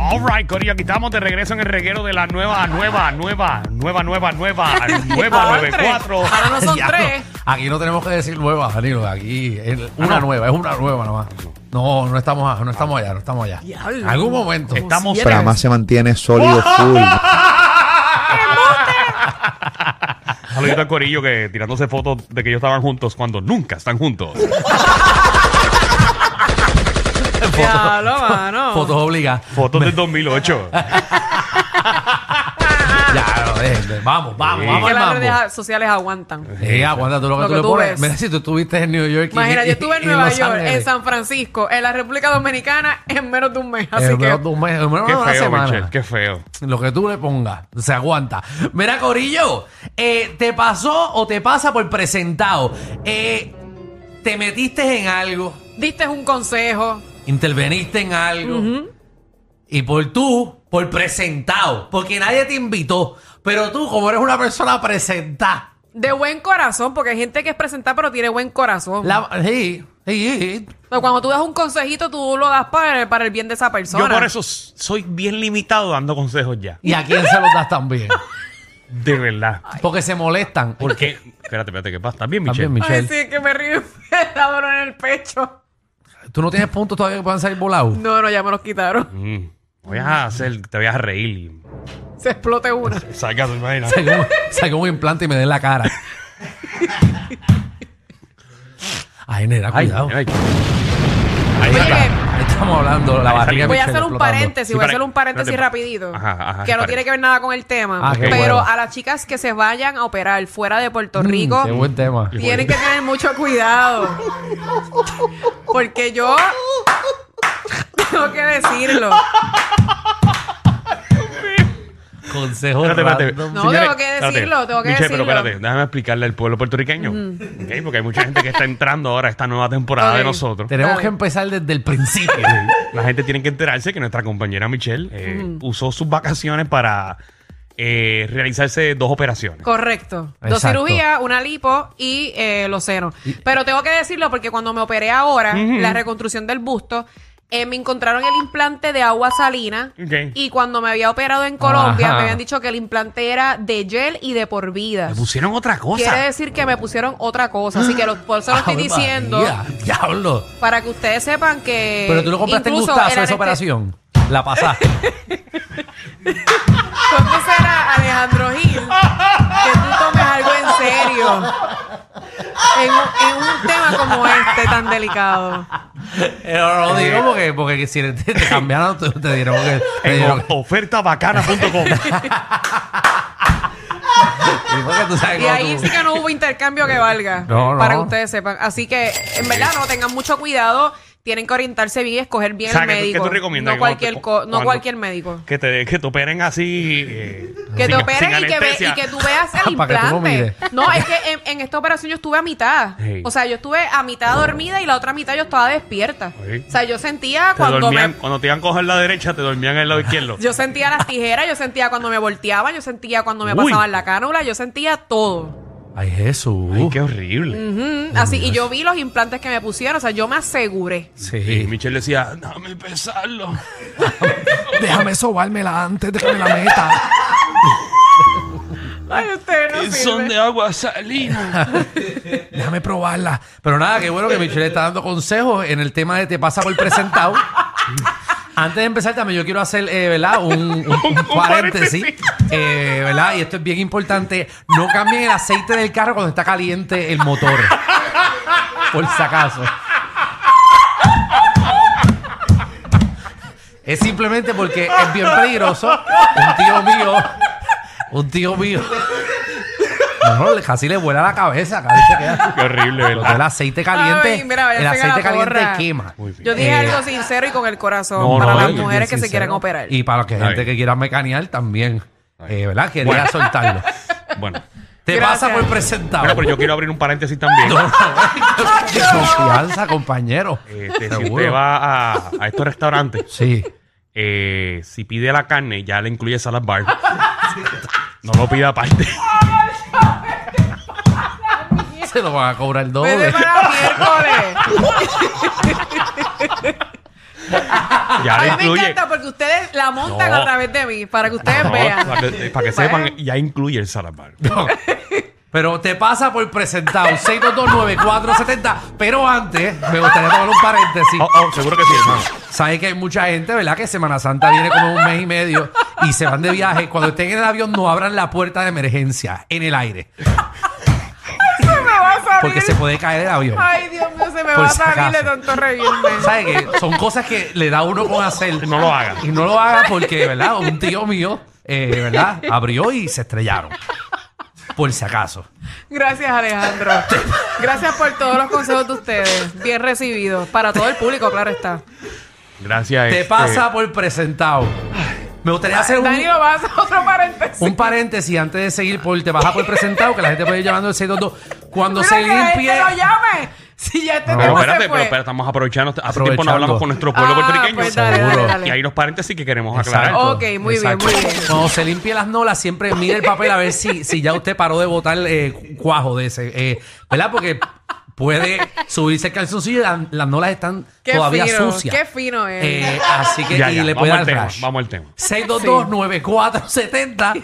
All right, Corillo, aquí estamos de regreso en el reguero de la nueva, nueva, nueva, nueva, nueva, nueva, nueva Ahora tres. 94. Ahora no son Ya, tres. no. Aquí no tenemos que decir nueva, Danilo. Aquí es una Ah, no. nueva, es una nueva nomás. No, no estamos, no estamos allá, no estamos allá. Diablo. En algún momento. Estamos siete. Pero además se mantiene sólido, full. Saludito al Corillo que tirándose fotos de que ellos estaban juntos cuando nunca están juntos. Diablo, mano. Fotos obligadas. Fotos del 2008. Ya, no, déjenme. vamos, vamos, Sí. vamos Ah. Que al las mambo. redes sociales aguantan. Eh, aguanta tú lo que Lo tú que le tú pones. ves. Mira, si tú estuviste en New York. y- Imagínate, yo estuve en y- y Nueva Los York, en Ángeles. San Francisco, en la República Dominicana, en menos de un mes. Así Eh, que. menos de un mes, menos de Qué una feo, semana. Michelle, qué feo. Lo que tú le pongas, se aguanta. Mira, Corillo, eh, ¿te pasó o te pasa por presentado? Eh, ¿Te metiste en algo? Diste un consejo. interveniste en algo y por tú, por presentado, porque nadie te invitó, pero tú como eres una persona presentada, De buen corazón, porque hay gente que es presentada pero tiene buen corazón. la, sí, sí, sí. Pero cuando tú das un consejito, tú lo das para el, para el bien de esa persona. Yo por eso s- soy bien limitado dando consejos ya. y a quién se los das también, De verdad. porque se molestan. Porque, espérate, espérate, ¿qué pasa? ¿Estás bien, Michelle? También, Ay, Michelle, sí, que me río. Me da dolor en el pecho. tú no tienes puntos todavía que puedan salir volados. No, no, ya me los quitaron. Mm, voy a hacer, te voy a reír. y- Se explote una. Sacas, imagina. Saqué un- saqué un implante y me den la cara. Ay, nena, Ay, cuidado. ay. Ahí Oye, está. Ahí estamos hablando, la Ahí barriga de salió. Voy a Michelle hacer un explotando. paréntesis, Sí, voy a pare- hacer un paréntesis espérate. rapidito. Ajá, ajá, que no pare- tiene que ver nada con el tema. Ah, qué pero bueno. a las chicas que se vayan a operar fuera de Puerto Mm, Rico, Qué buen tema. tienen que tener mucho cuidado. Porque yo tengo que decirlo. Consejo Espérate, espérate. random. No, tengo que decirlo, tengo que Michelle, decirlo. pero espérate, déjame explicarle al pueblo puertorriqueño. Ok, porque hay mucha gente que está entrando ahora a esta nueva temporada Ok. de nosotros. Tenemos Dale. que empezar desde el principio. La gente tiene que enterarse que nuestra compañera Michelle eh, usó sus vacaciones para eh, realizarse dos operaciones. Correcto. Dos Exacto. cirugías, una lipo y eh, los senos. Pero tengo que decirlo porque cuando me operé ahora, la reconstrucción del busto, eh, me encontraron el implante de agua salina. Ok. Y cuando me había operado en Colombia, Ajá. me habían dicho que el implante era de gel y de por vida. Le pusieron otra Quiere cosa. decir que me pusieron otra cosa. Así que lo, por eso lo estoy Ave diciendo. María, Diablo. Para que ustedes sepan que. Pero tú lo compraste en incluso este Gustazo el esa aneste- operación. La pasaste. ¿Cuándo será, Alejandro Gil, que tú tomes algo en serio en, un- en un tema como este tan delicado? Eh, Eh, Pero no lo digo porque, porque si te, te cambiaron, te, te dieron que. Te En dieron, ofertabacana.com. y porque tú sabes Y cómo ahí tú- sí que no hubo intercambio que valga. No, no. Para que ustedes sepan. Así que, en verdad, no tengan mucho cuidado. Tienen que orientarse bien y escoger bien O sea, el que tú- que médico. tú recomiendas no que cualquier, cuando- co- no cuando- cualquier médico. que, te, que te operen así. eh, Que sin- te operen sin y que, ve- anestesia. y que tú veas el Ah, Para que tú lo implante. mires. No, es que en, en esta operación yo estuve a mitad. Sí. O sea, yo estuve a mitad dormida y la otra mitad yo estaba despierta. Sí. O sea, yo sentía Te cuando dormían- me... cuando te iban a coger la derecha, te dormían en el lado izquierdo. Yo sentía las tijeras, yo sentía cuando me volteaban, yo sentía cuando me Uy. pasaban la cánula, yo sentía todo. Ay, Jesús. Ay, qué horrible. Mm, así, y yo vi los implantes que me pusieron, o sea, yo me aseguré. Y Sí. Michelle decía, déjame pesarlo. Déjame sobármela antes de que me la meta. Ay, ustedes no Son sirven. de agua salina. Déjame probarla. Pero nada, qué bueno que Michelle está dando consejos en el tema de te pasa por presentado. Antes de empezar también yo quiero hacer, eh, ¿verdad? Un, un- un paréntesis, eh, ¿verdad? Y esto es bien importante. No cambien el aceite del carro cuando está caliente el motor. Por si acaso. Es simplemente porque es bien peligroso. Un tío mío, un tío mío. No, no, casi le vuela la cabeza. Casi se queda. Qué horrible, Pero todo el ¿verdad? aceite caliente, Ay, mira, váyanse el a la aceite caliente porra. quema. Muy bien. Yo dije Eh, algo sincero y con el corazón No, para no, las algo mujeres que bien se quieren eh, sincero. operar. Y para la gente Ay. que quiera mecanear también. Eh, ¿Verdad? Quería Bueno. soltarlo. Bueno. Te Gracias. pasa por presentado. Bueno, pero yo quiero abrir un paréntesis también. Qué confianza, compañero. Este, si Seguro. usted va a, a estos restaurantes, Sí. eh, si pide la carne, ya le incluye salad bar. No lo pida aparte. Se lo van a cobrar el Vete doble. para miércoles. Ya a mí me incluye. encanta porque ustedes la montan No. a través de mí, para que ustedes No, vean. para que, para que sepan, ya incluye el salabar. Pero te pasa por presentado 6229470. Pero antes, me gustaría tomar un paréntesis. Oh, oh, seguro que sí, hermano. Sabes que hay mucha gente, ¿verdad? Que Semana Santa viene como un mes y medio y se van de viaje. Cuando estén en el avión, no abran la puerta de emergencia en el aire. Se me va a salir. Porque se puede caer el avión. Ay, Dios mío, se me Por va a si salir de acaso. tanto reírme. ¿Sabes que Son cosas que le da uno con hacer. No lo haga. Y no lo haga porque, ¿verdad? Un tío mío, eh, ¿verdad? Abrió y se estrellaron. Por si acaso. Gracias, Alejandro. Gracias por todos los consejos de ustedes. Bien recibidos. Para todo el público, claro está. Gracias. Te este, pasa por presentado. Me gustaría hacer un, Danilo, vas a hacer otro paréntesis. un paréntesis antes de seguir por te pasa por presentado, que la gente puede ir llamando el 622. Cuando Mira, se que la gente limpie. no llame. Si ya este Pero tema espérate, se fue. pero espérate, estamos aprovechando. Hace tiempo no Aprovechando. hablamos con nuestro pueblo Ah, puertorriqueño. pues dale, dale, Seguro. dale. Y hay unos paréntesis que queremos aclarar. Exacto, Ok, muy bien, muy bien. Cuando se limpie las nolas, siempre mire el papel a ver si, si ya usted paró de botar eh, cuajo de ese. eh, ¿Verdad? Porque puede subirse el calzoncillo y la- las nolas están Qué todavía fino, sucias. qué fino es. Eh, así que Ya, y ya, le vamos puede al dar tema, rash. vamos al tema. 6229470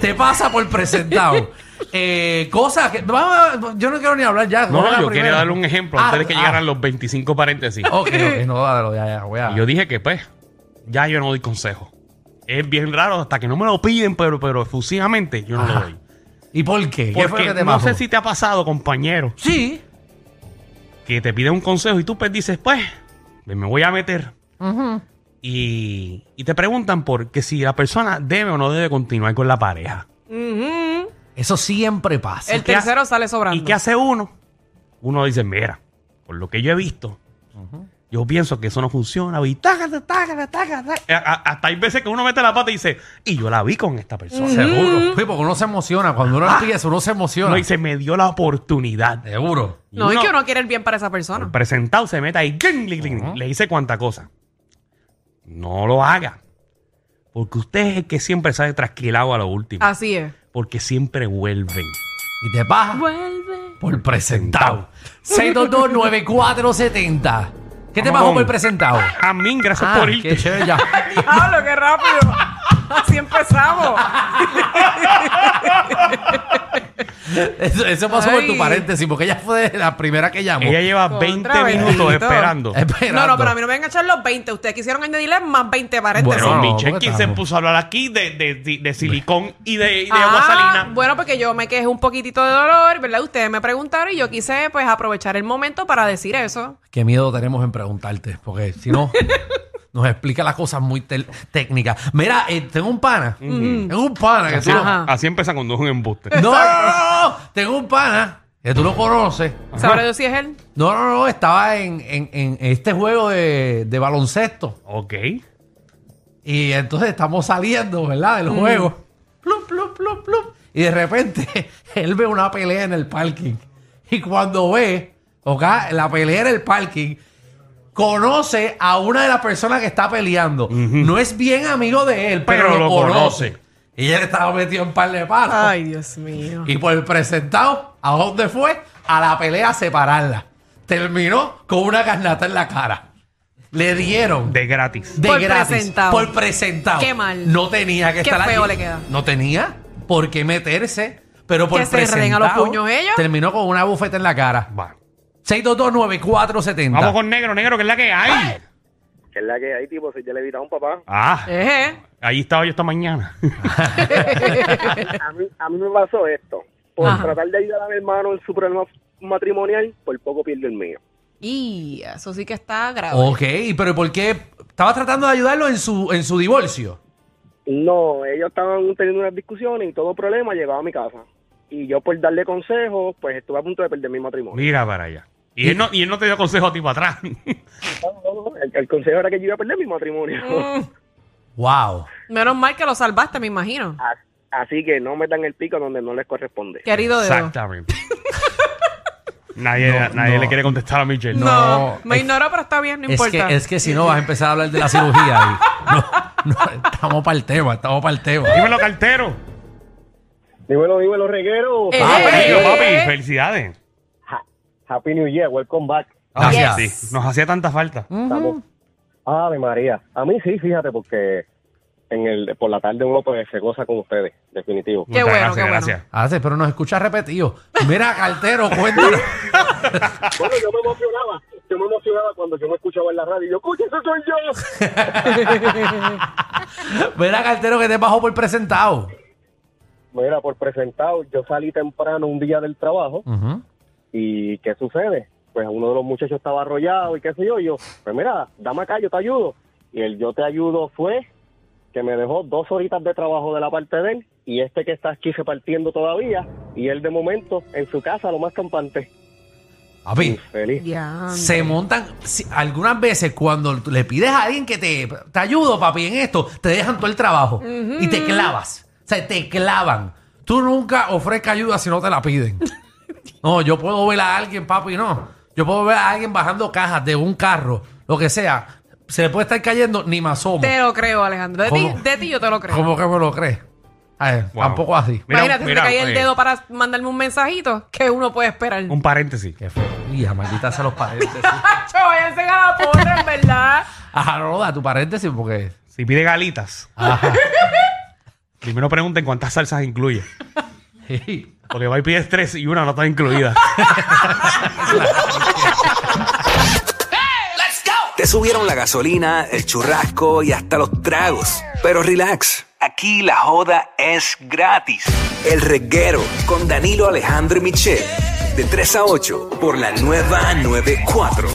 te pasa por presentado. Eh, cosas que. vamos a- yo no quiero ni hablar ya. No, Vamos a la yo quería primera. darle un ejemplo Ah, antes de que ah, Oh. llegaran los 25 paréntesis. Ok, ok, no, dale, ya, ya, voy a. Y yo dije que, pues, ya yo no doy consejo. Es bien raro, hasta que no me lo piden, pero, pero efusivamente yo no lo Ajá. doy. ¿Y por qué? ¿Qué fue Porque lo que te no pasó? sé si te ha pasado, compañero, Sí. que te piden un consejo y tú pues, dices, pues, me voy a meter. y, y te preguntan por que si la persona debe o no debe continuar con la pareja. Ujú. Eso siempre pasa. El qué tercero sale sobrando. ¿Y qué hace uno? Uno dice, mira, por lo que yo he visto, yo pienso que eso no funciona. Y tácata, tácata, tácata. Eh, a- Hasta hay veces que uno mete la pata y dice, y yo la vi con esta persona. Seguro. Sí, porque uno se emociona. Cuando uno empieza, uno se emociona. Ah. No, y se me dio la oportunidad. Seguro. Y no, uno- es que uno quiere el bien para esa persona. Por presentado se meta ahí, ¡gling, gling, gling! le dice cuánta cosa. No lo haga. Porque usted es el que siempre sale trasquilado a lo último. Así es. Porque siempre vuelven. Y te pasa Vuelve. por presentado. 6229470. ¿Qué te Vamos con- pasó por presentado? Amén, gracias Ah, por irte. qué chévere ya. Diablo, qué rápido. Así empezamos. Eso, eso pasó por tu Ay. paréntesis, porque ella fue de la primera que llamó. Ella lleva Contra, 20 bendito. minutos esperando. Esperando. No, no, pero a mí no me van a echar los 20. Ustedes quisieron añadirle más 20 paréntesis. Pero Pues No, Michelle porque King se estamos- puso a hablar aquí de, de, de- de silicón y de, y de agua Ah, salina. bueno, porque yo me quejé un poquitito de dolor, ¿verdad? Ustedes me preguntaron y yo quise pues aprovechar el momento para decir eso. Qué miedo tenemos en preguntarte, porque si no, nos explica las cosas muy tel- técnicas. Mira, eh, tengo un pana. Tengo un pana que Así, tú lo- Ajá. así empieza cuando es un embuste. No, no, no, no, tengo un pana que tú lo conoces. ¿Sabrá Dios si es él? No, no, no, estaba en, en- en este juego de, de baloncesto. Ok. Y entonces estamos saliendo, ¿verdad? Del juego. Plup, plup, plup, plup. Y de repente él ve una pelea en el parking. Y cuando ve ok, la pelea en el parking, conoce a una de las personas que está peleando. No es bien amigo de él, pero, lo, conoce. Y él estaba metido en par de palos. Dios mío. Y por el presentado, ¿a dónde fue? A la pelea a separarla. Terminó con una garnata en la cara. Le dieron de, De gratis. Por gratis. presentado. Por presentado. Qué mal. No tenía que Qué estar feo allí. le queda. No tenía por qué meterse. Pero por Que se enreden a los presentado, puños ellos. Terminó con una bufeta en la cara. Va. 6229470. Vamos con negro, negro, que es la que hay. Que es la que hay, tipo, si ya le evita a un papá. Ah, Ejé. ahí estaba yo esta mañana. A mí, a mí me pasó esto. Por Ajá. tratar de ayudar a mi hermano en su problema matrimonial, por poco pierdo el mío. Y eso sí que está grave. Ok, pero ¿por qué? Estaba tratando de ayudarlo en su, en su divorcio. No, ellos estaban teniendo unas discusiones y todo problema llegaba a mi casa. Y yo por darle consejos, pues estuve a punto de perder mi matrimonio. Mira para allá. Y él no, y él no te dio consejo a ti para atrás. No, no, no, El, el consejo era que yo iba a perder mi matrimonio. Mm. Wow. Menos mal que lo salvaste, me imagino. A- Así que no metan el pico donde no les corresponde. Querido dedo. Exactamente. nadie No, nadie no. le quiere contestar a Michelle. No. No, me es- ignoró, pero está bien, no Es importa. que, es que si no vas a empezar a hablar de la cirugía. y- No, no, estamos para el tema, estamos para el tema. Dímelo, cartero. Dímelo, dímelo, reguero. Eh. Ah, Eh. pero, papi, felicidades. Ha- Happy New Year, welcome back. Gracias. Yes. Mm, Sí, Nos hacía tanta falta. Estamos, Ave María. A mí sí, fíjate, porque en el por la tarde uno pues se goza con ustedes, definitivo. Qué Muchas bueno, gracias, qué bueno. gracias. Ah, sí, pero nos escucha repetido. Mira, cartero, cuéntanos. Bueno, yo me emocionaba. Yo me emocionaba cuando yo me escuchaba en la radio. y Yo, coño, eso soy yo. Mira, cartero, que te bajó por presentado. Mira, por presentado, yo salí temprano un día del trabajo. Ujú. ¿Y qué sucede? Pues uno de los muchachos estaba arrollado y qué sé yo. y yo, pues mira, dame acá, yo te ayudo. Y el yo te ayudo fue que me dejó dos horitas de trabajo de la parte de él y este que está aquí repartiendo todavía y él de momento en su casa lo más campante. Papi, Feliz. Ya. se montan. si- algunas veces, cuando tú le pides a alguien que te, te ayudo, papi, en esto, te dejan todo el trabajo y te clavas. O sea, te clavan. Tú nunca ofrezcas ayuda si no te la piden. No, yo puedo ver a alguien, papi, no. Yo puedo ver a alguien bajando cajas de un carro, lo que sea. Se le puede estar cayendo, ni me asomo. Te lo creo, Alejandro. De ti, ¿Cómo? de ti yo te lo creo. ¿Cómo que me lo crees? A ver, Wow. tampoco así. Mira, Imagínate si mira, te cae el eh, dedo para mandarme un mensajito que uno puede esperar. Un paréntesis. Qué feo. Hija, maldita sea los paréntesis. Chacho, váyanse a la porra, en verdad. Ajá, no, da tu paréntesis porque. Si pide galitas, Ajá. primero pregunten cuántas salsas incluye. Sí. Porque va y pides tres y una no está incluida. Te subieron la gasolina, el churrasco y hasta los tragos. Pero relax, aquí la joda es gratis. El reguero con Danilo Alejandro y Michel. De 3 a 8 por la nueva 94.